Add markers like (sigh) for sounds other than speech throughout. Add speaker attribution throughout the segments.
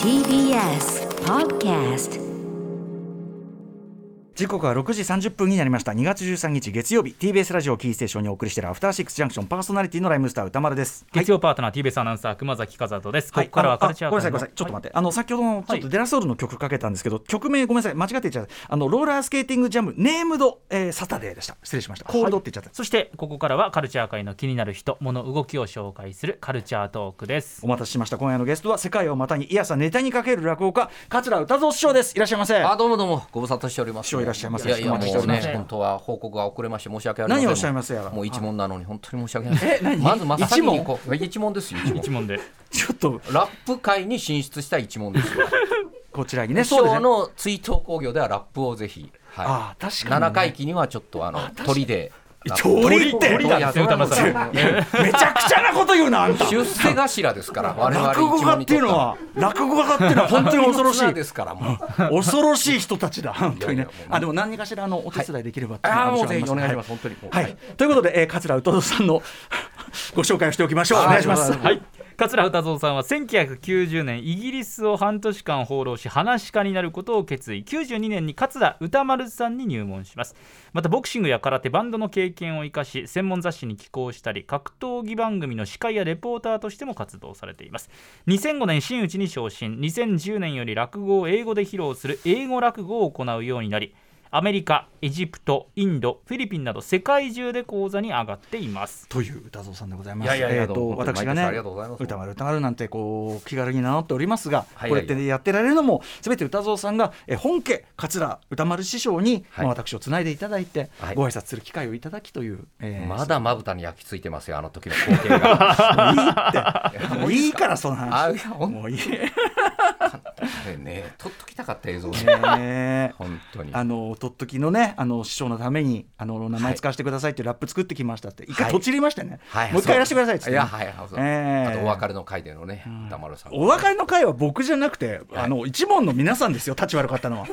Speaker 1: TBS Podcast
Speaker 2: 時刻は6時30分になりました2月13日月曜日 TBS ラジオキーステーションにお送りしているアフターシックスジャンクションパーソナリティのライムスター歌丸です
Speaker 3: 月曜パートナー、TBS アナウンサー熊崎和人です、
Speaker 2: はい
Speaker 3: ここからはカルチャ
Speaker 2: あ
Speaker 3: ー
Speaker 2: ごめんなさいごめんなさいちょっと待って、あの先ほどのちょっとデラソールの曲かけたんですけど、曲名ごめんなさい間違って言っちゃったあのローラースケーティングジャムネームド、えーサタデーでした失礼しましたコールドって言っちゃった、
Speaker 3: そしてここからはカルチャー界の気になる人物動きを紹介するカルチャートークです
Speaker 2: お待たせしました今夜のゲストは世界を股にいやさネタにかける落語家桂歌蔵師匠ですいらっしゃいませ
Speaker 4: あどうもどうもご無沙汰しております。
Speaker 2: 師匠いらっしゃいませ
Speaker 4: いやいや
Speaker 2: お
Speaker 4: もう
Speaker 2: 待ちしておりま
Speaker 4: ね
Speaker 2: した
Speaker 4: 本当は報告が遅れまして申し訳ありません。
Speaker 2: 何をおっしゃいますやら
Speaker 4: もう一問なのに本当に申し訳ない。
Speaker 2: え何
Speaker 4: まずまさ
Speaker 2: 一
Speaker 4: に
Speaker 2: 問
Speaker 4: こう一問ですよ。一問
Speaker 3: 一問で
Speaker 2: ちょっと
Speaker 4: ラップ界に進出した一問です
Speaker 2: (laughs)
Speaker 4: よ。
Speaker 2: こちらにね
Speaker 4: 師
Speaker 2: そうです
Speaker 4: 匠
Speaker 2: ね
Speaker 4: の追悼興行ではラップをぜひ。はい
Speaker 2: あ確かにね
Speaker 4: 七回忌にはちょっとあの鳥で。
Speaker 2: 鳥って
Speaker 4: 鳥だって歌丸さん。
Speaker 2: めちゃくちゃなこと言うなあんた
Speaker 4: 出世頭ですから我々一
Speaker 2: 落語家
Speaker 4: 問
Speaker 2: っ
Speaker 4: に
Speaker 2: て
Speaker 4: と
Speaker 2: い
Speaker 4: っ
Speaker 2: う
Speaker 4: て
Speaker 2: のは落語家っていうのは本当に恐ろしい
Speaker 4: 一問ですから
Speaker 2: (laughs)
Speaker 4: もう。
Speaker 2: 恐ろしい人たちだ、本当にね
Speaker 4: いやいやも。う
Speaker 2: あでも何かしらあのお手伝いできればってい
Speaker 4: ああ
Speaker 2: 話
Speaker 4: も
Speaker 2: は
Speaker 4: うぜひお願いします
Speaker 2: は
Speaker 4: 本当にもう。
Speaker 2: はい、ということで、えー、桂歌藤さんのご紹介をしておきましょう。お
Speaker 4: はい
Speaker 2: 願いします。
Speaker 4: はい
Speaker 3: はい桂歌蔵さんは1990年イギリスを半年間放浪し話し家になることを決意92年に桂歌丸さんに入門しますまたボクシングや空手バンドの経験を生かし専門雑誌に寄稿したり格闘技番組の司会やレポーターとしても活動されています2005年真打ちに昇進2010年より落語を英語で披露する英語落語を行うようになりアメリカエジプトインドフィリピンなど世界中で講座に上がってい (laughs) ます
Speaker 2: という歌蔵さんでございます。
Speaker 4: いやいやいや
Speaker 2: えー
Speaker 4: どう
Speaker 2: と
Speaker 4: も
Speaker 2: 私が
Speaker 4: 毎回
Speaker 2: ね
Speaker 4: ありがとうございます
Speaker 2: 歌丸歌丸なんてこう気軽に名乗っておりますが、
Speaker 4: はい
Speaker 2: こ
Speaker 4: は
Speaker 2: れ
Speaker 4: い
Speaker 2: ってねやってられるのもすべて歌蔵さんが、えー本家桂歌丸師匠に、
Speaker 4: は
Speaker 2: ま
Speaker 4: い
Speaker 2: あ、私をつないでいただいて、
Speaker 4: はい
Speaker 2: ご挨拶する機会をいただきという。えー
Speaker 4: まだまぶたに焼き付いてますよあの時の光景が。 (laughs)
Speaker 2: もういいからその話。
Speaker 4: あいや本当
Speaker 2: もういい。
Speaker 4: あれね、撮っときたかった映像ね。
Speaker 2: ねえ
Speaker 4: 本当に。
Speaker 2: あのとっときのねあの師匠のためにあの名前使わせてくださいっていうラップ作ってきましたって、一回
Speaker 4: はい
Speaker 2: とちりましたね、
Speaker 4: はい
Speaker 2: もう一回やらせてくださいっつって、
Speaker 4: いや、はい、はいそう
Speaker 2: ええ
Speaker 4: あとお別れの会でのね、歌丸さん。
Speaker 2: お別れの会は僕じゃなくて、あの一門の皆さんですよ立ち悪かったのは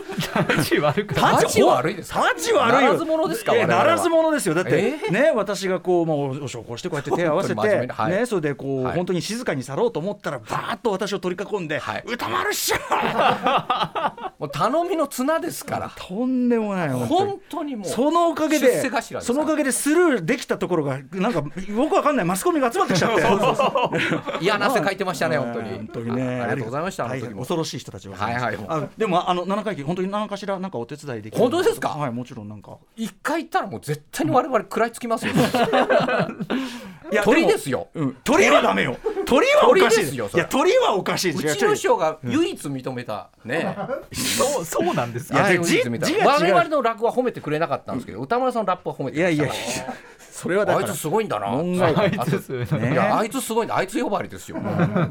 Speaker 3: 悪く
Speaker 4: 立ち悪いですか
Speaker 2: 立ち悪いよ
Speaker 4: ならず者ですか
Speaker 2: いや
Speaker 4: 我々は
Speaker 2: ならず者ですよだって、
Speaker 4: え
Speaker 2: ね私がこうもうお証拠してこうやって手を合わせ
Speaker 4: 本当に真面目
Speaker 2: て、
Speaker 4: にはい
Speaker 2: ねそれでこう、
Speaker 4: はい
Speaker 2: 本当に静かに去ろうと思ったらバーッと私を取り囲んで「
Speaker 4: はい
Speaker 2: 歌丸っしょ!
Speaker 4: もう頼みの綱ですから」。
Speaker 2: とんでもない本当に
Speaker 4: 本当にもう。
Speaker 2: そのおかげで
Speaker 4: 出世頭ですから
Speaker 2: そのおかげでスルーできたところがなんかよくわかんないマスコミが集まってきちゃっ
Speaker 4: (laughs)
Speaker 2: て
Speaker 4: 嫌な汗かいてましたね、本当に。
Speaker 2: 本当にね
Speaker 4: あありがとうございました、あの
Speaker 2: 大
Speaker 4: 時
Speaker 2: 変
Speaker 4: も。
Speaker 2: 恐ろしい人たちは
Speaker 4: はいはい
Speaker 2: あでもあの7回忌本当に何かしらなんかお手伝いできる
Speaker 4: 本当ですか
Speaker 2: はいもちろんなんか
Speaker 4: 一回行ったらもう絶対に我々食らいつきますよ。
Speaker 2: いや
Speaker 4: 鳥ですよ。
Speaker 2: もうん鳥はダメ
Speaker 4: (laughs)
Speaker 2: よ鳥はおかしい
Speaker 4: 鳥ですよ
Speaker 2: い
Speaker 4: それ
Speaker 2: や鳥はおかしいう違う
Speaker 4: ちの
Speaker 2: 違う
Speaker 4: 師匠が唯一認めた。ね。
Speaker 3: (laughs) そうそうなんです
Speaker 2: いや
Speaker 3: か
Speaker 4: あれ
Speaker 2: で
Speaker 4: を
Speaker 2: 字
Speaker 4: 唯一認めた
Speaker 2: 字が違う
Speaker 4: 我々の落語は褒めてくれなかったんですけど、歌丸さんのラップは褒めて
Speaker 2: いやいやい
Speaker 4: ま
Speaker 2: や
Speaker 4: したから
Speaker 2: それはだか
Speaker 4: あい
Speaker 2: ら
Speaker 4: つすごいんだな。
Speaker 2: 門外
Speaker 3: あいつですよね
Speaker 4: いやあいつすごいんだ。あいつ呼ばわりですよ。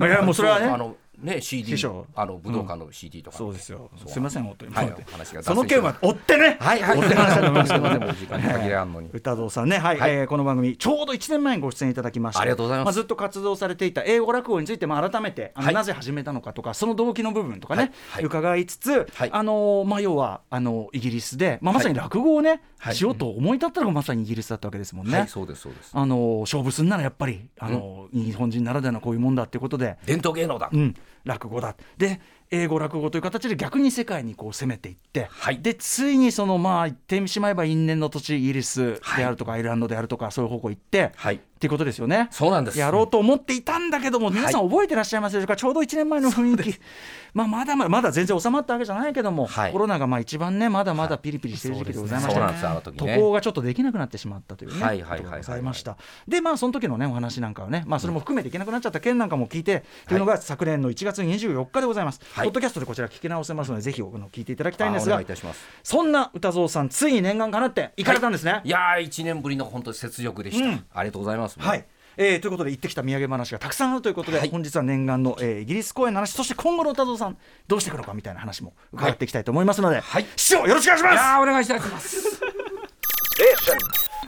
Speaker 2: いやもうそれはね
Speaker 4: あのね CD
Speaker 2: 師匠
Speaker 4: あの武道館の CD とか、
Speaker 2: そうですよすいません本当に
Speaker 4: はい話が脱線しました
Speaker 2: その件は追ってね
Speaker 4: はいはい
Speaker 2: 追
Speaker 4: お
Speaker 2: って話だ
Speaker 4: 話し
Speaker 2: と思います
Speaker 4: すみませんもう時間に限りあんのに
Speaker 2: 歌堂さんね、はい
Speaker 4: はい
Speaker 2: えーこの番組ちょうど1年前にご出演いただきまして
Speaker 4: ありがとうございます
Speaker 2: ずっと活動されていた英語落語について、まあ、改めてあの、
Speaker 4: はい
Speaker 2: なぜ始めたのかとかその動機の部分とかね、
Speaker 4: はいはい
Speaker 2: 伺いつつ、
Speaker 4: はい
Speaker 2: あのーまあ、要はあのイギリスで、まあ、まさに落語をね、しようと思い立ったのがまさにイギリスだったわけですもんね。
Speaker 4: はいそうですそうです
Speaker 2: あのー勝負すんならやっぱりあのー、日本人ならではのこういうもんだっていうことで、
Speaker 4: 伝統芸能だ、
Speaker 2: うん、落語だで英語落語という形で逆に世界にこう攻めていって、
Speaker 4: はい
Speaker 2: でついにそのまあ言ってしまえば因縁の土地イギリスであるとか、アイルランドであるとかそういう方向行って、
Speaker 4: はい
Speaker 2: っていうことですよね。
Speaker 4: そうなんです
Speaker 2: やろうと思っていたんだけども皆さん覚えてらっしゃいますでしょうか、ちょうど1年前の雰囲気、まあ、まだまだまだ全然収まったわけじゃないけども、
Speaker 4: はい
Speaker 2: コロナがまあ一番ねまだまだピリピリしてる時期でございまし
Speaker 4: そう
Speaker 2: た
Speaker 4: なんですあの時
Speaker 2: 渡
Speaker 4: ね
Speaker 2: 航がちょっとできなくなってしまったというね、
Speaker 4: はいはいはいはい
Speaker 2: ことがございました。で、まあ、その時のね、お話なんかはね、まあ、それも含めていけなくなっちゃった件なんかも聞いて、というのが昨年の1月24日でございます。
Speaker 4: はい
Speaker 2: ポッドキャストでこちら聞き直せますので、ぜひ、あの、聞いていただきたいんです
Speaker 4: あお
Speaker 2: が
Speaker 4: 願いい。たします
Speaker 2: そんな歌蔵さん、ついに念願かなって、行かれたんですね。はい
Speaker 4: いやー一年ぶりの本当に雪辱でした、
Speaker 2: うん
Speaker 4: ありがとうございます
Speaker 2: えーということで行ってきた土産話がたくさんあるということで、
Speaker 4: はい
Speaker 2: 本日は念願の、えーイギリス公演の話そして今後の歌蔵さんどうしていくのかみたいな話も伺っていきたいと思いますので、
Speaker 4: はい
Speaker 2: 師匠よろしくお願いします
Speaker 4: あーお願いいたします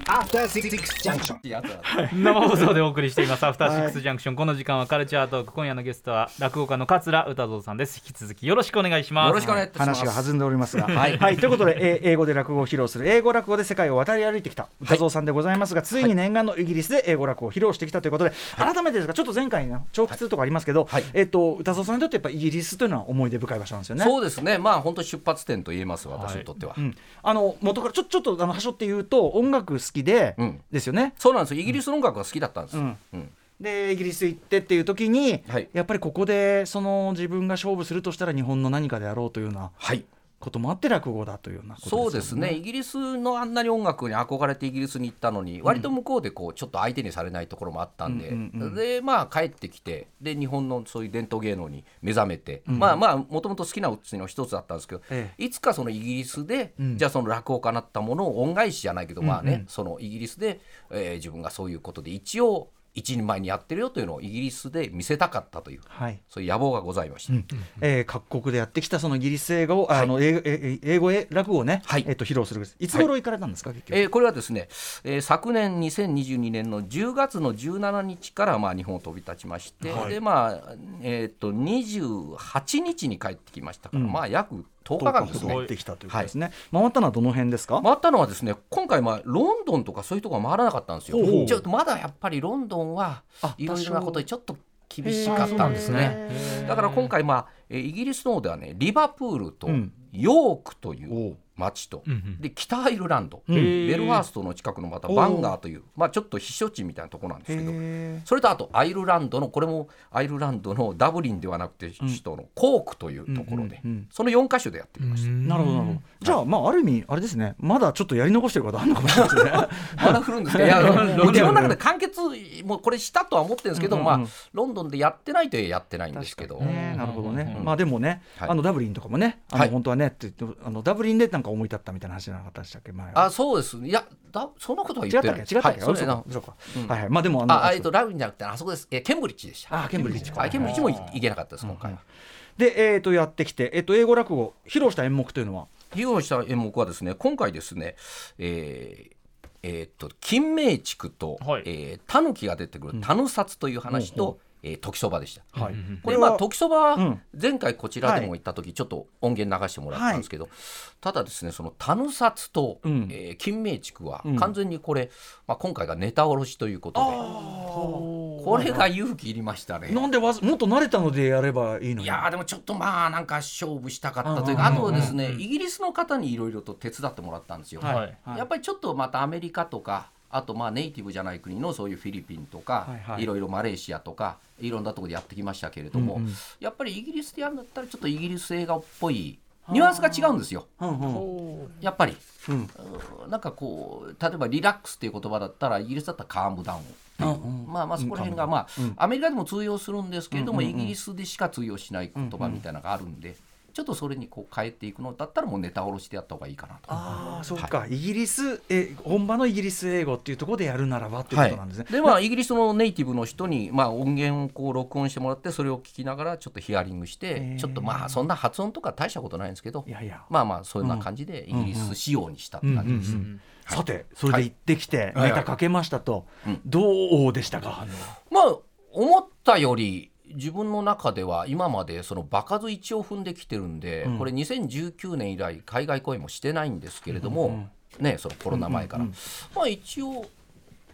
Speaker 5: After Six Junction.
Speaker 4: いやあとは
Speaker 3: 生放送でお送りしています「アフターシックスジャンクション」この時間はカルチャートーク今夜のゲストは落語家の桂歌蔵さんです引き続きよろしくお願いします
Speaker 4: よろしくお願いいたします
Speaker 2: 話が弾んでおりますが。は、
Speaker 4: はいい
Speaker 2: ということで、えー英語で落語を披露する英語落語で世界を渡り歩いてきた歌蔵さんでございますが、ついに念願のイギリスで英語落語を披露してきたということで、改めてですがちょっと前回の長期とかありますけど、
Speaker 4: はい
Speaker 2: えっ、と歌蔵さんにとってやっぱイギリスというのは思い出深い場所なんですよね。
Speaker 4: そうですねまあ本当出発点と言えます私にとっては、
Speaker 2: うん、あの元からちょちょっとあの端折って言うと音楽好きで、
Speaker 4: うん
Speaker 2: ですよね。
Speaker 4: そうなんですよイギリスの音楽が好きだったんです、
Speaker 2: うん
Speaker 4: うん
Speaker 2: でイギリス行ってっていう時に、
Speaker 4: はい
Speaker 2: やっぱりここでその自分が勝負するとしたら日本の何かであろうというような
Speaker 4: はい
Speaker 2: こともあって落語だというようなこと
Speaker 4: そうですね、イギリスのあんなに音楽に憧れてイギリスに行ったのに、割と向こうでこうちょっと相手にされないところもあったんで、
Speaker 2: うんうんうん
Speaker 4: でまあ帰ってきてで日本のそういう伝統芸能に目覚めて、まあまあもともと好きなうちの一つだったんですけど、
Speaker 2: え
Speaker 4: いつかそのイギリスで、
Speaker 2: うん
Speaker 4: じゃあその落語家になったものを恩返しじゃないけど、まあ
Speaker 2: うんうん
Speaker 4: ねそのイギリスで、えー自分がそういうことで一応一人前にやってるよというのをイギリスで見せたかったという
Speaker 2: はい
Speaker 4: そういう野望がございました。
Speaker 2: えー各国でやってきたそのイギリス英語を、あの英英英語英落語をね、
Speaker 4: はい
Speaker 2: えっと披露するいつ頃行かれたんですか、結局。
Speaker 4: えーこれはですね、えー昨年2022年の10月の17日からまあ日本を飛び立ちまして、でまあえーっと28日に帰ってきましたから、
Speaker 2: うん
Speaker 4: まあ約10日間
Speaker 2: 10
Speaker 4: で
Speaker 2: 日
Speaker 4: す
Speaker 2: ほど行
Speaker 4: ね
Speaker 2: っ。てきたということですね、回ったのはどの辺ですか、
Speaker 4: 回ったのはですね今回まあロンドンとかそういうところは回らなかったんですよ
Speaker 2: ほうほう
Speaker 4: ちょっとまだやっぱりロンドンは
Speaker 2: あ
Speaker 4: いろいろなことにちょっと厳しかったんですねだから今回まあえーイギリスの方ではねリバプールと
Speaker 2: うん
Speaker 4: ヨークという
Speaker 2: おう
Speaker 4: 町と、
Speaker 3: うんうん
Speaker 4: で北アイルランド、
Speaker 2: うん
Speaker 4: ベルファーストの近くのまたバンガーという、まあ、ちょっと避暑地みたいなところなんですけど、
Speaker 2: へ
Speaker 4: それとあとアイルランドの、これもアイルランドのダブリンではなくて、首都のコークというところで
Speaker 2: うんうんうん、
Speaker 4: その4箇所でやってみました。
Speaker 2: ーなるほどなるほどじゃあまあある意味あれですねまだちょっとやり残してることあるのかもしれないですね
Speaker 4: まだ振るんですけど、いや
Speaker 3: ロンドン
Speaker 4: 自分の中で完結、もうこれしたとは思ってるんですけど、
Speaker 2: うんうん
Speaker 4: ま
Speaker 2: うん
Speaker 4: あ、ロンドンでやってないといえばやってないんですけど、
Speaker 2: ねなるほどね、
Speaker 4: うん
Speaker 2: まあでもね、
Speaker 4: はい
Speaker 2: あのダブリンとかもねあの
Speaker 4: はい
Speaker 2: 本当はねって言ってあのダブリンでなんか思い立ったみたいな話じゃなかったでしたっけ前は
Speaker 4: あそうです、いや、だそんなことは
Speaker 2: 違
Speaker 4: 言
Speaker 2: っ
Speaker 4: って
Speaker 2: た
Speaker 4: な
Speaker 2: っ
Speaker 4: い。
Speaker 2: け違ったっけ、
Speaker 4: はい、そ
Speaker 2: 嘘
Speaker 4: れ
Speaker 2: か
Speaker 4: な
Speaker 2: 嘘か、
Speaker 4: うん
Speaker 2: はいはいまあでもあの
Speaker 4: ああえっとラブリンじゃなくて、あそこです、えーケンブリッジでした。
Speaker 2: あケンブリッジか
Speaker 4: はいケンブリッジも行けなかったです、今回は。
Speaker 2: で、えー、とやってきて、えー、と英語落語披露した演目というのは
Speaker 4: 披露した演目はですね今回ですねえーえーっと金明地区と、
Speaker 3: はい
Speaker 4: えータヌキが出てくるタヌ札という話と、えー時そばでした。
Speaker 2: はい
Speaker 4: これまあ
Speaker 2: こ
Speaker 4: 時そば
Speaker 2: うん
Speaker 4: は前回こちらでも行った時ちょっと音源流してもらったんですけど、ただですねそのタヌ札と、
Speaker 2: うん
Speaker 4: えー金明地区は
Speaker 2: うん
Speaker 4: 完全にこれ、まあ、今回がネタ卸しということで、これが勇気いりましたね。
Speaker 2: なんでわずもっと慣れたのでやればいいのに
Speaker 4: いやーでもちょっとまあなんか勝負したかったというか
Speaker 2: う
Speaker 4: あ
Speaker 2: んうんうん
Speaker 4: とですねイギリスの方にいろいろと手伝ってもらったんですよ、
Speaker 3: はい
Speaker 2: はい
Speaker 4: やっぱりちょっとまたアメリカとかあとまあネイティブじゃない国のそういうフィリピンと
Speaker 2: は
Speaker 4: か、
Speaker 2: い
Speaker 4: い
Speaker 2: はい
Speaker 4: ろいろマレーシアとかいろんなところでやってきましたけれども、
Speaker 2: うんうん
Speaker 4: やっぱりイギリスでやるんだったらちょっとイギリス映画っぽいニュアンスが違うんですよ
Speaker 2: うんうん
Speaker 4: やっぱり。
Speaker 2: うん
Speaker 4: うんなんかこう例えばリラックスっていう言葉だったらイギリスだったらカームダウンっていう
Speaker 2: うんうん
Speaker 4: まあまあそこら辺がまあ、アメリカでも通用するんですけれども、イギリスでしか通用しない言葉みたいなのがあるんで、ちょっとそれにこう変えていくのだったらもうネタ卸しでやった方がいいかなと。
Speaker 2: ああそうか、イギリスえー本場のイギリス英語っていうところでやるならばっていうことなんですね、
Speaker 4: でまあ、イギリスのネイティブの人に、まあ、音源をこう録音してもらってそれを聞きながらちょっとヒアリングし
Speaker 2: へ
Speaker 4: て
Speaker 2: ー
Speaker 4: ちょっとまあそんな発音とか大したことないんですけど
Speaker 2: い、やいや、
Speaker 4: まあまあそんな感じでイギリス仕様にしたって感じです。
Speaker 2: うんうんうんさてそれで行ってきて、
Speaker 4: はい
Speaker 2: ネタかけましたと、
Speaker 4: うん
Speaker 2: どうでしたか、
Speaker 4: まあ思ったより自分の中では今までその場数一を踏んできてるんで、
Speaker 2: うん
Speaker 4: これ2019年以来海外公演もしてないんですけれども、ねそのコロナ前から、
Speaker 2: うんうん
Speaker 4: まあ一応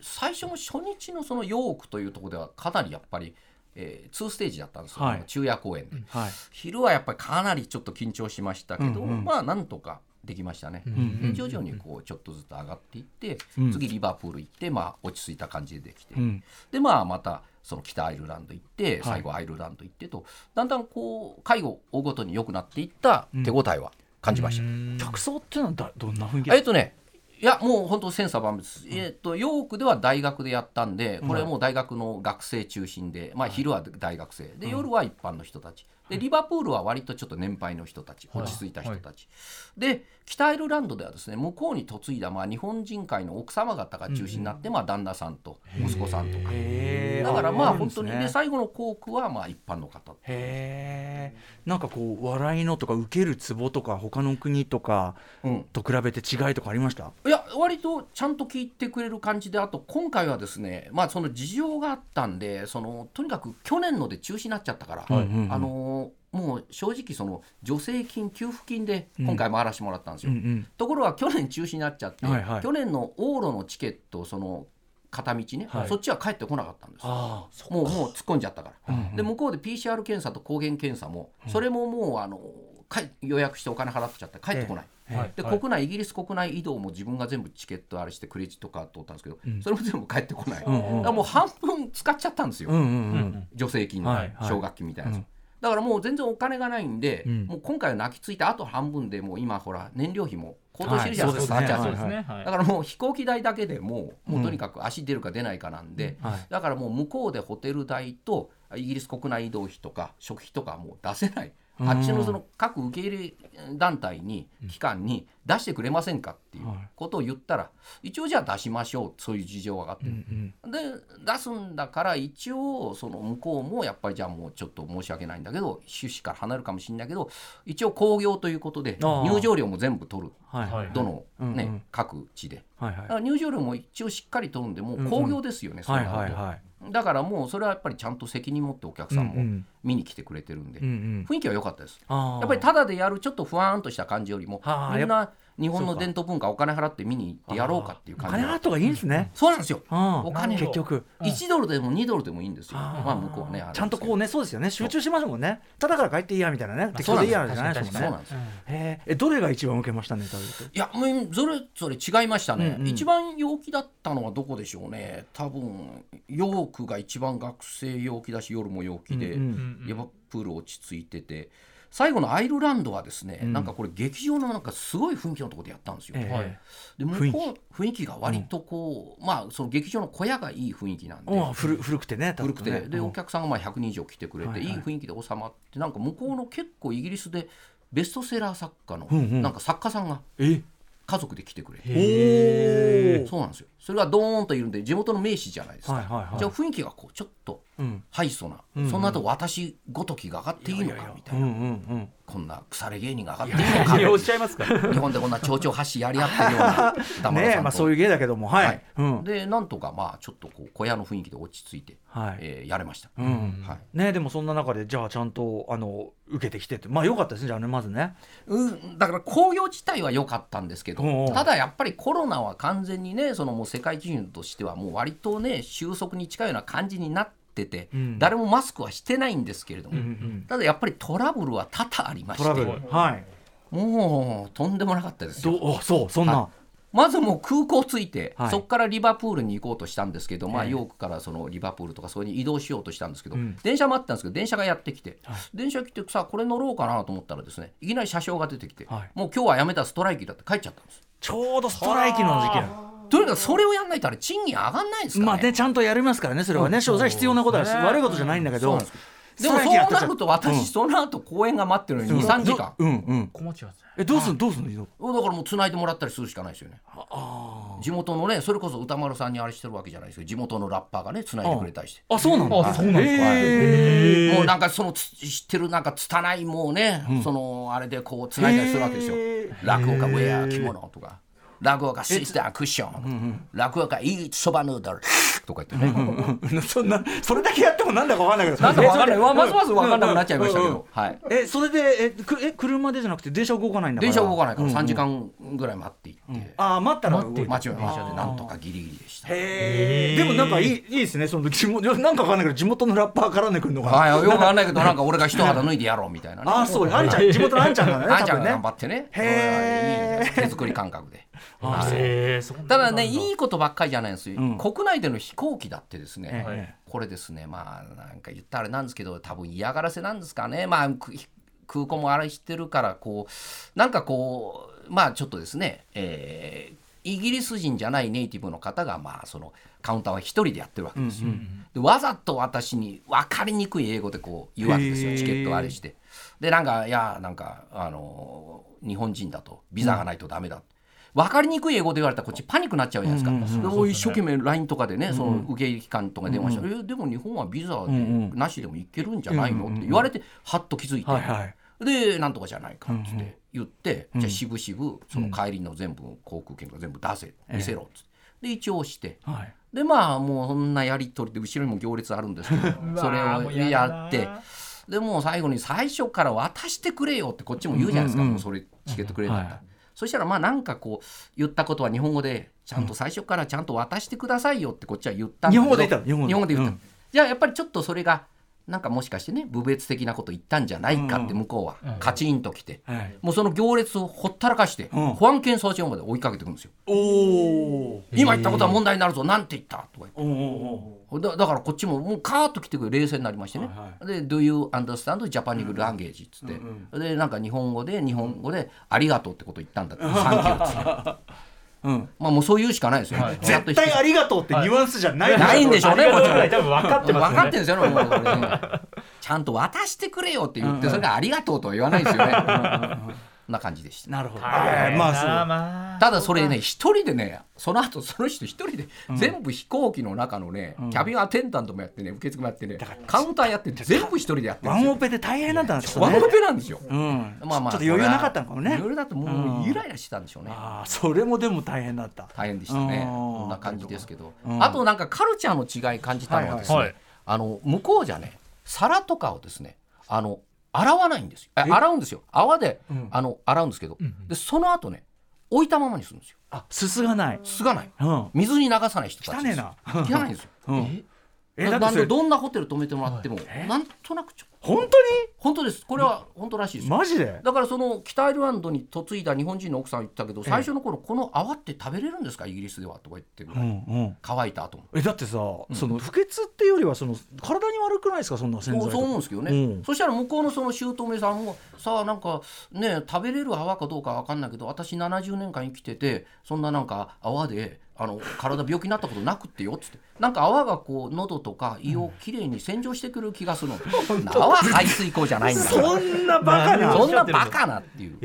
Speaker 4: 最初の初日のそのヨークというところではかなりやっぱり、えー、2ステージだったんですよ、
Speaker 2: はい
Speaker 4: 昼夜公演で、
Speaker 2: はい
Speaker 4: 昼はやっぱりかなりちょっと緊張しましたけど、
Speaker 2: うんうん
Speaker 4: まあなんとかできましたね、
Speaker 2: ん
Speaker 4: で徐々にこうちょっとずつ上がっていって、
Speaker 2: うん
Speaker 4: 次リバプール行ってまあ落ち着いた感じでできて、
Speaker 2: うん
Speaker 4: でまあまたその北アイルランド行って最後アイルランド行ってと、だんだんこう介護を追うごとに良くなっていった手応えは感じました。
Speaker 2: 客層っていうのはだどんな雰囲気
Speaker 4: えっとねいやもう本当千差万別、えっとヨークでは大学でやったんでこれはもう大学の学生中心で、まあ、昼は大学生で夜は一般の人たちでリバプールは割とちょっと年配の人たち
Speaker 3: い
Speaker 4: 落ち着いた人たち、で北アイルランドではですね向こうに嫁いだ、まあ、日本人会の奥様方が中心になって、まあ、旦那さんと息子さんとか
Speaker 2: へー
Speaker 4: だからまあ本当に
Speaker 2: あるん
Speaker 4: ね
Speaker 2: ですね
Speaker 4: 最後の校区はまあ一般の方
Speaker 2: へえなんかこう笑いのとか受けるツボとか他の国とか
Speaker 4: うん
Speaker 2: と比べて違いとかありました
Speaker 4: いいや割とちゃんと聞いてくれる感じであと今回はですねまあその事情があったんでそのとにかく去年ので中止になっちゃったから、あのーもう正直その助成金給付金で今回回らせてもらったんですよ、ところが去年中止になっちゃって、
Speaker 5: はいはい
Speaker 4: 去年の往路のチケットその片道ね、
Speaker 5: はい
Speaker 4: そっちは帰ってこなかったんですよ
Speaker 5: ああそ
Speaker 4: もうもう突っ込んじゃったから、で向こうで PCR 検査と抗原検査も、それももうあのかい予約してお金払っちゃって帰ってこない、
Speaker 5: ええはい
Speaker 4: で
Speaker 5: はい
Speaker 4: 国内イギリス国内移動も自分が全部チケットあれしてクレジットカード取ったんですけど、それも全部帰ってこない、
Speaker 5: んうん
Speaker 4: だからもう半分使っちゃったんですよ、
Speaker 5: うんうんうん
Speaker 4: 助成金の
Speaker 5: はいはい
Speaker 4: 奨学金みたいなやつ、だからもう全然お金がないんで、
Speaker 5: うん
Speaker 4: もう今回は泣きついたあと半分でもう今ほら燃料費も高騰してるじゃないですか、
Speaker 5: はい
Speaker 4: 上がっちゃ
Speaker 3: そう
Speaker 4: う
Speaker 3: ですね。は
Speaker 4: だ
Speaker 3: い
Speaker 4: からもう飛行機代だけでもうもううんとにかく足出るか出ないかなんで、
Speaker 5: はい
Speaker 4: だからもう向こうでホテル代とイギリス国内移動費とか食費とかもう出せない。
Speaker 5: うん
Speaker 4: あっちのその各受け入れ団体に機関に出してくれませんかっていうことを言ったら一応じゃあ出しましょうそういう事情が上がっ
Speaker 5: う
Speaker 4: てる
Speaker 5: ん
Speaker 4: で出すんだから一応その向こうもやっぱりじゃあもうちょっと申し訳ないんだけど趣旨から離れるかもしれないけど一応興行ということで
Speaker 5: あー
Speaker 4: 入場料も全部取る
Speaker 5: はいはい
Speaker 4: どの、
Speaker 5: うんうん
Speaker 4: ね各地で
Speaker 5: はい
Speaker 4: だから入場料も一応しっかり取るんで
Speaker 5: ん
Speaker 4: も
Speaker 5: うん
Speaker 4: う興行ですよね、そう
Speaker 5: は
Speaker 4: ないると
Speaker 5: はいはい
Speaker 4: だからもうそれはやっぱりちゃんと責任持ってお客さん
Speaker 5: うんう
Speaker 4: も
Speaker 5: ん
Speaker 4: 見に来てくれてるんで、
Speaker 5: うんうん
Speaker 4: 雰囲気は良かったです
Speaker 5: ああ
Speaker 4: やっぱりただでやるちょっとふわーんとした感じよりも
Speaker 5: はあ
Speaker 4: みんな日本
Speaker 5: そう
Speaker 4: の
Speaker 5: か
Speaker 4: 伝統文化お金払って見に行ってやろうかっていう
Speaker 5: お
Speaker 4: 感じ
Speaker 5: 金払
Speaker 4: が
Speaker 5: った方がいいんですね
Speaker 4: そうなんですよ
Speaker 5: うん
Speaker 4: お金を
Speaker 5: 結局
Speaker 4: 1ドルでも2ドルでもいいんですよ。
Speaker 5: あー
Speaker 4: まあ向こうね、あれ
Speaker 2: ちゃんとこう
Speaker 4: ね、
Speaker 2: ね、そうですよね、集中しますもんね、ただから帰っていいやみたいなね、適
Speaker 4: そう
Speaker 2: 当
Speaker 4: なん
Speaker 2: でい
Speaker 4: で
Speaker 2: い
Speaker 4: すよ
Speaker 2: やじゃないですもん
Speaker 4: そ
Speaker 2: ね
Speaker 4: うなん。ですよ。
Speaker 2: へええどれが一番受けましたね、食べて
Speaker 4: いや、もうそれぞれ違いましたね、
Speaker 2: うんうん
Speaker 4: 一番陽気だったのはどこでしょうね。多分ヨークが一番学生陽気だし、夜も陽気で、
Speaker 2: うんうん
Speaker 4: リバプール落ち着いてて。最後のアイルランドはですね、なんかこれ劇場のなんかすごい雰囲気のところでやったんですよ。
Speaker 5: ええ
Speaker 3: はい
Speaker 4: で向こう雰囲気が割とこう、まあその劇場の小屋がいい雰囲気なんで、
Speaker 5: うん古古くてね多分
Speaker 4: 古
Speaker 5: ね
Speaker 4: くて、でお客さんがまあ100人以上来てくれて、
Speaker 5: はい
Speaker 4: い
Speaker 5: はい
Speaker 4: い、雰囲気で収まってなんか向こうの結構イギリスでベストセラー作家の、
Speaker 5: うんうん
Speaker 4: なんか作家さんが
Speaker 5: え
Speaker 4: 家族で来てくれて、
Speaker 5: へ
Speaker 4: そうなんですよそれがドーンといるんで地元の名士じゃないですか、
Speaker 5: はいはいはい
Speaker 4: じゃあ雰囲気がこうちょっと
Speaker 5: うん
Speaker 4: ハイソな、
Speaker 5: うん
Speaker 4: そんなと私ごときが上がっていいのかみたいな
Speaker 5: うんうん
Speaker 4: こんな腐れ芸人が上がっていいの
Speaker 3: 何をおっ
Speaker 4: か
Speaker 3: しゃいますか。は
Speaker 4: 日本でこんな蝶々発やり合ってるような
Speaker 2: た。
Speaker 4: 黙
Speaker 2: ね
Speaker 4: ら
Speaker 2: え、
Speaker 4: さん
Speaker 2: まあ、
Speaker 4: と
Speaker 2: そういう芸だけども、は
Speaker 4: はいい。
Speaker 2: うん
Speaker 4: でなんとかまあちょっとこう小屋の雰囲気で落ち着いて、
Speaker 5: はい
Speaker 4: えーやれました、
Speaker 5: うん
Speaker 4: はい
Speaker 2: ねえ、でもそんな中で、じゃあ、ちゃんとあの受けてきてって、まあ、良かったですね、じゃあね、まずね。
Speaker 4: うん、だから興行自体は良かったんですけ
Speaker 5: おうお
Speaker 4: ど
Speaker 5: う
Speaker 4: ただやっぱりコロナは完全にねそのもう世界基準としてはもう割とね収束に近いような感じになってて、
Speaker 5: うん
Speaker 4: 誰もマスクはしてないんですけれども、
Speaker 5: うん
Speaker 4: ただやっぱりトラブルは多々ありま
Speaker 2: トラ
Speaker 4: し
Speaker 2: ブ
Speaker 4: て
Speaker 2: ル。はい。
Speaker 4: もうとんでもなかったです
Speaker 5: ど
Speaker 4: よ。
Speaker 5: うあそうそんな
Speaker 4: はまずもう空港着いて、
Speaker 5: はい
Speaker 4: そこからリバプールに行こうとしたんですけど、まあ、
Speaker 5: ええ
Speaker 4: ヨークからそのリバプールとかそこに移動しようとしたんですけど、
Speaker 5: うん
Speaker 4: 電車待ってたんですけど電車がやってきて、電車来てさこれ乗ろうかなと思ったらですねいきなり車掌が出てきて、
Speaker 5: はい
Speaker 4: もう今日はやめたストライキだって帰っちゃったんです。
Speaker 5: ちょうどストライキの時期なの
Speaker 4: とにかくそれをやんないとあれ賃金上がんないですから
Speaker 2: まあ
Speaker 4: ね。
Speaker 2: ね、ちゃんとやりますからね、それはね、所詮必要なことだし、
Speaker 3: そうですね
Speaker 2: 悪いことじゃないんだけ
Speaker 4: そう
Speaker 2: ど
Speaker 4: なんです。でも
Speaker 2: ストラ
Speaker 4: そ
Speaker 2: イ
Speaker 4: う
Speaker 2: キやって
Speaker 4: な
Speaker 2: ちゃ
Speaker 4: ると私、
Speaker 5: うん
Speaker 4: その後公演が待ってるのに23時間、
Speaker 5: うんうん
Speaker 3: 小町はですね
Speaker 5: えどうすんどうすんの移動
Speaker 4: だからもう繋いでもらったりするしかないですよね地元のねそれこそ歌丸さんにあれしてるわけじゃないですけど地元のラッパーがね繋いでくれたりして
Speaker 5: あそうなんだ
Speaker 3: あそうなんですか
Speaker 5: へえ
Speaker 4: もうなんかそのつ知ってるなんか拙いもうね、そのあれでこう繋いだりするわけですよ
Speaker 5: へ。
Speaker 4: 落語家ウェア着物とか。落語家シスタークッション、落語家イーツそばヌードルとか言ってね、
Speaker 2: (laughs)
Speaker 5: そんなそれだけやってもなんだかわかんないけど
Speaker 4: なんかわかんない、
Speaker 5: え
Speaker 4: わますますわかんなくなっちゃいましたけ
Speaker 5: うんうん
Speaker 4: ど、はい、
Speaker 2: え、それで、え、くえ車でじゃなくて、電車動かないんだから。
Speaker 4: 電車動かないから3時間ぐらい待っていって、
Speaker 2: ああ、待ったら動いた。
Speaker 4: 街の電車でなんとかギリギリでした。
Speaker 2: へえ。でもなんかいい、いいですね。その地元、 (laughs) なんかわかんないけど、地元のラッパー絡んでくるのかな。
Speaker 4: はい、よくわかんないけど、なんか俺が一肌脱いでやろうみたいなね。
Speaker 2: ああ、そう、あんちゃん、地元のあんちゃんがね、
Speaker 4: あん
Speaker 2: 多
Speaker 4: ちゃん
Speaker 2: 分
Speaker 4: が頑
Speaker 2: ね。
Speaker 4: 張ってね、
Speaker 2: へー
Speaker 4: いい手作り感覚で。はい
Speaker 3: へえそうなんだ
Speaker 4: ただね、いいことばっかりじゃないんですよ、
Speaker 5: ん
Speaker 4: 国内での飛行機だってですね、
Speaker 5: はい
Speaker 4: これですね、まあ、なんか言ったらあれなんですけど、多分嫌がらせなんですかね、まあ、く空港もあれしてるから、こう、なんかこう、まあちょっとですね、えーイギリス人じゃないネイティブの方が、まあ、そのカウンターは一人でやってるわけですよ。でわざと私に分かりにくい英語でこう言うわけです
Speaker 5: へ
Speaker 4: よ、
Speaker 5: ー
Speaker 4: チケットあれして。で、なんか、いや、なんか、あの日本人だと、ビザがないとダメだ。分かりにくい英語で言われたらこっちパニックになっちゃうじゃないですか、でも一生懸命 LINE とかでね、その受け入れ機関とかに電話して、えでも日本はビザでなしでも行けるんじゃないの?」って言われてはっと気づいて、
Speaker 5: はいはい
Speaker 4: でなんとかじゃないかっつって言って、じゃあ渋々その帰りの全部航空券が全部出せ、見せろっつってで一応して、
Speaker 5: はい
Speaker 4: でまあもうそんなやり取りで後ろにも行列あるんですけ
Speaker 5: (laughs)
Speaker 4: どそれをやってでもう最後に最初から渡してくれよってこっちも言うじゃないですか、もうそれチケットくれなかったら、そしたらまあなんかこう言ったことは日本語でちゃんと最初からちゃんと渡してくださいよってこっちは言ったんだけ
Speaker 5: 日
Speaker 4: ど
Speaker 5: 本語で言ったの日
Speaker 4: 日
Speaker 5: 本語
Speaker 4: 本
Speaker 5: で
Speaker 4: 語で言った、
Speaker 5: うん
Speaker 4: じゃあやっぱりちょっとそれがなんかもしかしてね侮蔑的なこと言ったんじゃないかって向こうはカチンときて、
Speaker 5: はい
Speaker 4: もうその行列をほったらかして、
Speaker 5: うん
Speaker 4: 保安検査庁まで追いかけてくるんですよ。
Speaker 5: おお
Speaker 4: 今言ったことは問題になるぞ、なんて言ったとか言って
Speaker 5: おお
Speaker 4: だだからこっちももうカーッと来てくれ冷静になりましてね、で「Do you understand Japanese language」っつって、でなんか日本語で日本語で「ありがとう」ってこと言ったんだって「サンキュー」っつって
Speaker 5: うん
Speaker 4: まあもうそう言うしかないですよ、ね
Speaker 2: 絶対ありがとうってニュアンスじゃないでしょ
Speaker 4: ないんでしょうね
Speaker 3: ありが
Speaker 4: こと
Speaker 3: うぐ
Speaker 4: っちも
Speaker 3: らい多分分かってますよ
Speaker 4: 分
Speaker 3: ね
Speaker 4: かってるんですよねもうこれねちゃんと渡してくれよって言ってそれが「ありがとう」とは言わないですよねそんな感じでした
Speaker 5: なるほど
Speaker 3: はい
Speaker 5: ま
Speaker 3: まあ
Speaker 5: あ
Speaker 3: まあ
Speaker 4: ただそれね一人でねその後その人一人で全部飛行機の中のね、キャビンアテンダントもやってね受付もやってねカウンターやって全部一人でやって
Speaker 5: そう
Speaker 4: る
Speaker 5: ワン
Speaker 4: んですよ
Speaker 5: オペで大変なんだなそこ
Speaker 4: ワン
Speaker 5: ね
Speaker 4: オペなんですよ。
Speaker 5: うん
Speaker 4: まあまあ
Speaker 5: ちょっと余裕なかったのかもね
Speaker 4: 余裕だとも
Speaker 5: うん
Speaker 4: うイライラしてたんでしょうね。
Speaker 5: ああそれもでも大変だった
Speaker 4: 大変でしたね。
Speaker 5: うん
Speaker 4: こんな感じですけど
Speaker 5: う。ん
Speaker 4: あとなんかカルチャーの違い感じたのはです
Speaker 3: はいは
Speaker 4: ね
Speaker 3: い。
Speaker 4: あの向こうじゃね、皿とかをですね、あの洗わないんですよ。あ洗うんですよ。泡であの洗うんですけど、でその後ね、置いたままにするんですよ。
Speaker 5: あすすがない
Speaker 4: すがない。
Speaker 5: うん汚
Speaker 4: 水に流さない人たち
Speaker 5: ね
Speaker 4: で
Speaker 5: え
Speaker 4: す。
Speaker 5: な
Speaker 4: 汚いんですよ。
Speaker 5: うんえだ
Speaker 4: な
Speaker 5: って
Speaker 4: なん
Speaker 5: そ
Speaker 4: で
Speaker 5: れ
Speaker 4: どんなホテル泊めてもらっても、なんとなくちょ
Speaker 5: 本当
Speaker 4: 本当です。これは本当らしいです
Speaker 2: う
Speaker 4: よ
Speaker 2: ん。マジで
Speaker 4: だからその北アイルランドに嫁いだ日本人の奥さん言ったけど最初の頃この泡って食べれるんですかイギリスではとか言ってるぐらい
Speaker 5: にうんうん
Speaker 4: 乾いた後も。
Speaker 5: えだってさその
Speaker 2: 不潔っていうよりはその体に悪くないですかそんな洗剤
Speaker 4: そ
Speaker 2: と
Speaker 4: う
Speaker 2: か
Speaker 4: そう思うんですけどね、
Speaker 2: うん
Speaker 4: そしたら向こうのその姑さんもさあなんかね食べれる泡かどうかわかんないけど私70年間生きててそんななんか泡であの体病気になったことなくってよっつってなんか泡がこう喉とか胃をきれいに洗浄してくる気がするの、泡排水口じゃないんだから
Speaker 5: そんなバカな
Speaker 4: そんなバカなっていう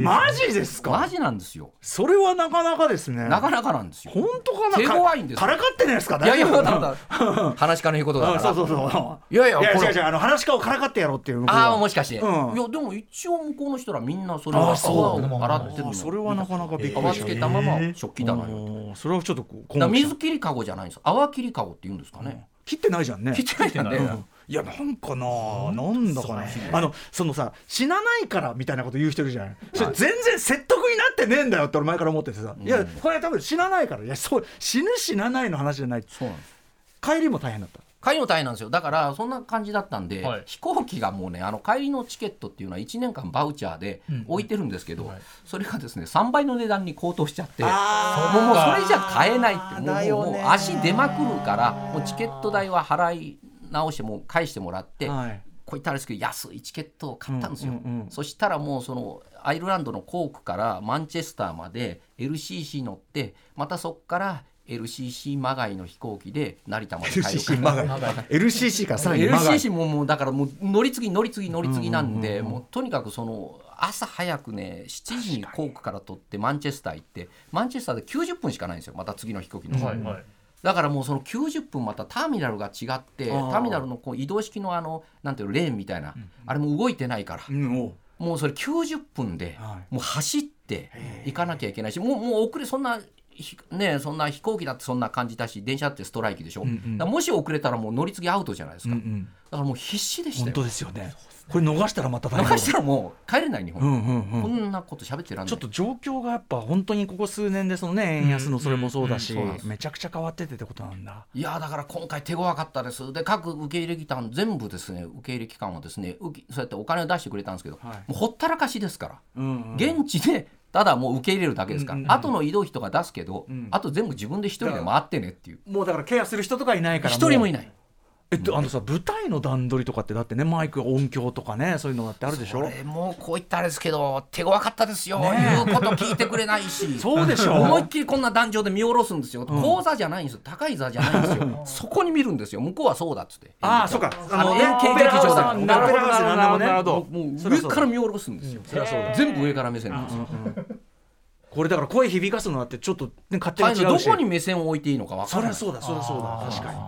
Speaker 2: マジですか
Speaker 4: マジなんですよ
Speaker 2: それはなかなかですね
Speaker 4: なかなかなんですよ
Speaker 2: 本当かな
Speaker 4: 手強いんですよ
Speaker 2: からかってないですか
Speaker 4: いやいや、
Speaker 2: 大丈夫かな
Speaker 4: だだ、話し家の言うことだ
Speaker 2: うん
Speaker 4: か
Speaker 2: そう
Speaker 4: ら。
Speaker 2: そうそう
Speaker 4: いやいや、
Speaker 2: いや
Speaker 4: こ
Speaker 2: 違う
Speaker 4: れ
Speaker 2: 違うあの話し家をからかってやろうっていう僕は
Speaker 4: ああ、もしかして。いや、
Speaker 2: うん
Speaker 4: でも一応向こうの人らみんなそれは
Speaker 5: あそう
Speaker 4: 泡を洗ってるの。
Speaker 5: それはなかなかびっくり
Speaker 4: 泡
Speaker 5: し
Speaker 4: つ
Speaker 5: た
Speaker 4: けたまま食器棚に置い
Speaker 5: う
Speaker 4: て。
Speaker 5: んそれはちょっとこう
Speaker 4: だから
Speaker 5: 困惑し
Speaker 4: 水切りかごじゃないんです。泡切りかごって言うんですかね。
Speaker 5: た切ってないじゃんね
Speaker 4: 切ってないじゃんね。
Speaker 5: うんいやなんかななんだかな
Speaker 2: あのそのさ死なないからみたいなこと言う人いるじゃないそれ全然説得になってねえんだよって俺前から思っててさ、いやこれは多分死なないからいやそう死ぬ死なないの話じゃない
Speaker 4: そうなんです。
Speaker 2: 帰りも大変だった
Speaker 4: 帰りの大変なんですよだからそんな感じだったんで、
Speaker 3: はい
Speaker 4: 飛行機がもうねあの帰りのチケットっていうのは1年間バウチャーで置いてるんですけど、それがですね3倍の値段に高騰しちゃってもうもうそれじゃ買えないってもうもうもう足出まくるからもうチケット代は払い直してもう返してもらって、
Speaker 5: はい
Speaker 4: こういったらですけど安いチケットを買ったんですよ、
Speaker 5: うんうんうん
Speaker 4: そしたらもうそのアイルランドのコークからマンチェスターまで LCC 乗ってまたそこから LCC まがいの飛行機で成田まで帰ろうかな
Speaker 2: LCC まがい LCC からさらにまがい
Speaker 4: LCC ももうだからもう乗り継ぎ乗り継ぎ乗り継ぎなんで、もうとにかくその朝早くね7時にコークから取ってマンチェスター行ってマンチェスターで90分しかないんですよまた次の飛行機の、
Speaker 3: はいはい
Speaker 4: だからもうその90分またターミナルが違ってターミナルのこう移動式のあのなんていうのレーンみたいな、あれも動いてないから、
Speaker 5: うんおう
Speaker 4: もうそれ90分で
Speaker 5: は
Speaker 4: もう走って行かなきゃいけないし、もうもう遅れそんな。ひね、そんな飛行機だってそんな感じだし電車だってストライキでしょ、だからもし遅れたらもう乗り継ぎアウトじゃないですか、
Speaker 5: うん
Speaker 4: だからもう必死でした
Speaker 5: 本
Speaker 4: よ。
Speaker 5: 当ですよねこれ逃したらまた大変だ
Speaker 4: 逃したらもう帰れない日
Speaker 5: う
Speaker 4: 本。
Speaker 5: んうんうん
Speaker 4: こんなこと喋ってらんない。
Speaker 5: ちょっと状況がやっぱ本当にここ数年でそのね円安のそれもそうだし
Speaker 4: うんうんうんそうなんです
Speaker 5: めちゃくちゃ変わっててってことなんだ
Speaker 4: いやーだから今回手強かったです。で各受け入れ機関全部ですね受け入れ機関はですね受けそうやってお金を出してくれたんですけど、
Speaker 5: はい
Speaker 4: もうほったらかしですから。
Speaker 5: うん
Speaker 4: 現地でただもう受け入れるだけですから、
Speaker 5: うんうんうん
Speaker 4: 後の移動費とか出すけど、
Speaker 5: ん
Speaker 4: あと全部自分で一人で回ってねっていう
Speaker 5: もうだからケアする人とかいないから
Speaker 4: 一人もい
Speaker 5: ない
Speaker 4: ない
Speaker 5: えっとあのさ舞台の段取りとかってだってねマイク音響とかねそういうのだってあるでし
Speaker 4: こ
Speaker 5: ょ
Speaker 4: れもうこう言ったらあれですけど手強かったですよ、
Speaker 5: ね
Speaker 4: 言うこと聞いてくれない (laughs) し
Speaker 5: そうでしょ
Speaker 4: 思いっきりこんな壇上で見下ろすんですよ、高座じゃないんですよ高い座じゃないんですよそこに見るんですよ向こうはそうだっつって
Speaker 5: ああそうか
Speaker 4: あの演劇劇場だから
Speaker 5: なるほどなるほどなるほど
Speaker 3: なるほど
Speaker 4: もう上から見下ろすんですよ、全部上から目線なんですよ、
Speaker 5: これだから声響かすのだってちょっと、ね、勝手
Speaker 4: 大
Speaker 5: に
Speaker 4: 変
Speaker 5: 違
Speaker 4: ど
Speaker 5: うし
Speaker 4: こに目線を置いていいのか分か
Speaker 5: そ
Speaker 4: ら
Speaker 5: り
Speaker 4: な
Speaker 5: ゃ
Speaker 4: い
Speaker 5: そうだそりゃそうだ確かに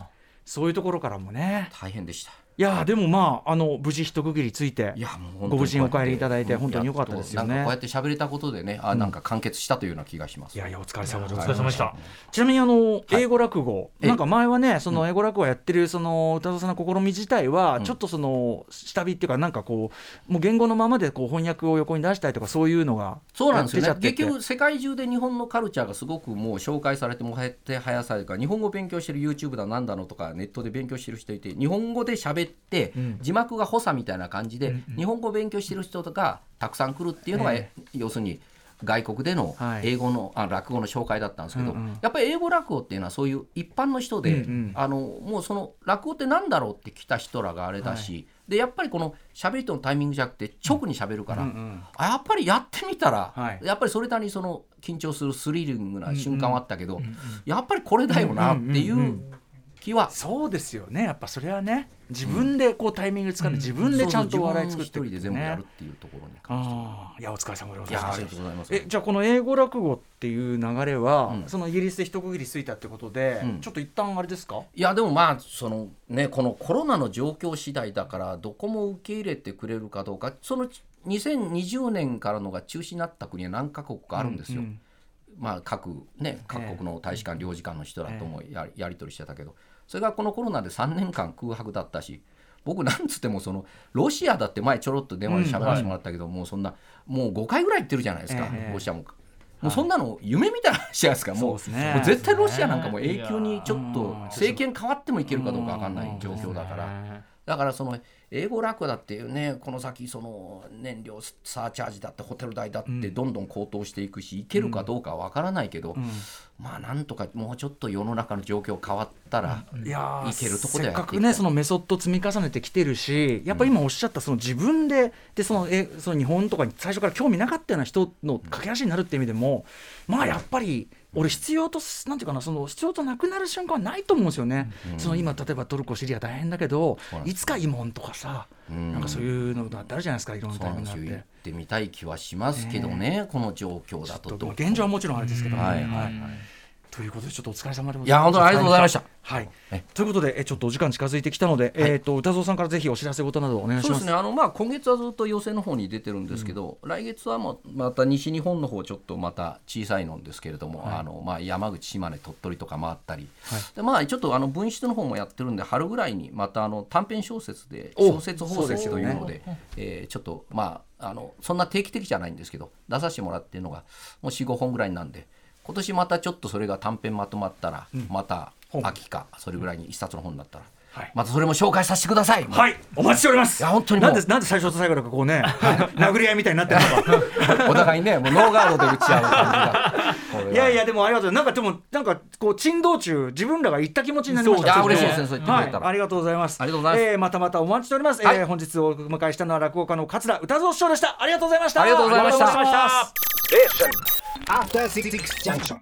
Speaker 5: そういうところからもね
Speaker 4: 大変でした
Speaker 2: いやーでもまああの無事一区切りついて
Speaker 4: いやもう本当に
Speaker 2: ご無事にお帰りいただいて
Speaker 4: こうや
Speaker 2: 本
Speaker 4: って
Speaker 2: 当に良かったですよ
Speaker 4: やっとなんか
Speaker 2: ね
Speaker 4: こうやって喋れたことでね、あなんか完結したというような気がします。
Speaker 2: いやいやお疲れ様で
Speaker 3: お
Speaker 2: ござい
Speaker 3: 疲れ
Speaker 2: ま
Speaker 3: 様で
Speaker 2: し
Speaker 3: したた。
Speaker 2: ちなみにあの英語落語、
Speaker 4: ええ
Speaker 2: なんか前はねその英語落語やってるその歌蔵さんの試み自体はちょっとその下火っていうかなんかこうもう言語のままでこう翻訳を横に出したりとかそういうのが
Speaker 4: そうなんですよ
Speaker 2: や
Speaker 4: ね
Speaker 2: ってちゃってて
Speaker 4: 結局世界中で日本のカルチャーがすごくもう紹介されてもはってはやされるから日本語勉強してる YouTube だなんだのとかネットで勉強してる人いて日本語で喋って字幕が補佐みたいな感じで日本語勉強してる人とかたくさん来るっていうのが要するに外国での
Speaker 2: はい
Speaker 4: 英語のあ落語の紹介だったんですけど
Speaker 2: うんうん
Speaker 4: やっぱり英語落語っていうのはそういう一般の人
Speaker 2: うん
Speaker 4: で
Speaker 2: うん
Speaker 4: あのもうその落語ってなんだろうって来た人らがあれだしでやっぱりこの喋りとのタイミングじゃなくて直に喋るからあやっぱりやってみたら、
Speaker 2: はい
Speaker 4: やっぱりそれなりにその緊張するスリリングな瞬間はあったけど、やっぱりこれだよなっていう気は、
Speaker 2: そうですよねやっぱそれはね自分でこうタイミングつかんで自分でちゃんと笑い作って
Speaker 4: そう
Speaker 2: る
Speaker 4: そう自分一人で全部やるっていうところに関しては、
Speaker 2: ああいやお疲れ様でご
Speaker 4: い
Speaker 2: ざい
Speaker 4: や
Speaker 2: ま
Speaker 4: あ
Speaker 2: し
Speaker 4: り
Speaker 2: た
Speaker 4: がとうございます
Speaker 2: えじゃあこの英語落語っていう流れは、
Speaker 4: うん
Speaker 2: そのイギリスで一区切りついたってことで、
Speaker 4: うん
Speaker 2: ちょっと一旦あれですか
Speaker 4: いやでもまあそのねこのコロナの状況次第だからどこも受け入れてくれるかどうかその2020年からのが中止になった国は何カ国かあるんですよ。
Speaker 2: うん
Speaker 4: まあ、各,、ね、各国の大使館、領事館の人らともややり取りしてたけど、それがこのコロナで3年間空白だったし、僕、なんつってもその、ロシアだって前、ちょろっと電話で喋らせてもらったけど、もうそんな、もう5回ぐらい行ってるじゃないですか、
Speaker 2: ええ
Speaker 4: ロシアも。もうそんなの夢みたいな話じゃないですか、もう
Speaker 2: そうですね
Speaker 4: もう絶対ロシアなんかもう永久にちょっ
Speaker 2: いや
Speaker 4: と
Speaker 2: ー
Speaker 4: 政権変わってもいけるかどうか分かんない状況だから。だからその英語楽だっていうねこの先その燃料サーチャージだってホテル代だってどんどん高騰していくし、いけるかどうかは分からないけど、まあなんとかもうちょっと世の中の状況変わったら、
Speaker 2: いやー
Speaker 4: いけるとこで
Speaker 2: せっ
Speaker 4: はや
Speaker 2: か
Speaker 4: っていきたい
Speaker 2: くねそのメソッド積み重ねてきてるしやっぱり今おっしゃったその自分ででそのえその日本とかに最初から興味なかったような人の駆け足になるって意味でもまあやっぱり俺必要とすなんていうかなその必要となくなる瞬間はないと思うんですよね、その今例えばトルコシリア大変だけど
Speaker 4: うなんで
Speaker 2: いつか慰問とかさ、
Speaker 4: ん
Speaker 2: なんかそういうのだってあるじゃないですかいろんな
Speaker 4: そう
Speaker 2: タイ
Speaker 4: なん
Speaker 2: ミン
Speaker 4: で
Speaker 2: グがあっ。
Speaker 4: すよ行っててみたい気はしますけどね、この状況だ
Speaker 2: ちょ
Speaker 4: と
Speaker 2: っと現状はもちろんあれですけども、
Speaker 4: はいはいはい
Speaker 2: ということでちょっとお疲れ様でございます。
Speaker 4: いや本当にありがとうございました。
Speaker 2: はい
Speaker 4: え、
Speaker 2: ということでえちょっとお時間近づいてきたので、えっ、と歌蔵さんからぜひお知らせ事などお願いし
Speaker 4: そう
Speaker 2: ま。
Speaker 4: ですすねあの、まあ、今月はずっと寄席の方に出てるんですけど、来月はもうまた西日本の方ちょっとまた小さいのですけれども、あのまあ、山口島根鳥取とか回ったり、でまあ、ちょっとあの文筆の方もやってるんで春ぐらいにまたあの短編小説で
Speaker 2: お
Speaker 4: 小説
Speaker 2: そ
Speaker 4: 法
Speaker 2: うですよ
Speaker 4: 説と
Speaker 2: ね
Speaker 4: いうのでえーちょっとまああのそんな定期的じゃないんですけど出させてもらってるのがもう45本ぐらいなんで。今年またちょっとそれが短編まとまったら、また秋かそれぐらいに一冊の本になったら、
Speaker 2: はい
Speaker 4: またそれも紹介させてください。
Speaker 2: はい、お待ちしております。
Speaker 4: いや本当にも
Speaker 2: な
Speaker 4: うん
Speaker 2: でなんで最初と最後だかこうね、 (laughs) 殴り合いみたいになってるのか。
Speaker 4: お互いね、もうノーガードで打ち合う感じが。これはい
Speaker 2: やいやでもありがとうなんかでもなんかこう珍道中自分らが行った気持ちになりまし
Speaker 4: そう
Speaker 2: た。
Speaker 4: いや嬉しいですね
Speaker 2: ね
Speaker 4: そう言ってくれたら
Speaker 2: はいありがとうございます。
Speaker 4: ありがとうございます
Speaker 2: えーまたまたお待ちしております。
Speaker 4: はい
Speaker 2: えー本日お迎えしたのは落語家の桂歌蔵師匠でした。ありがとうございました。
Speaker 4: ありがとうございました
Speaker 2: ありがとうございました
Speaker 6: After Six Junction.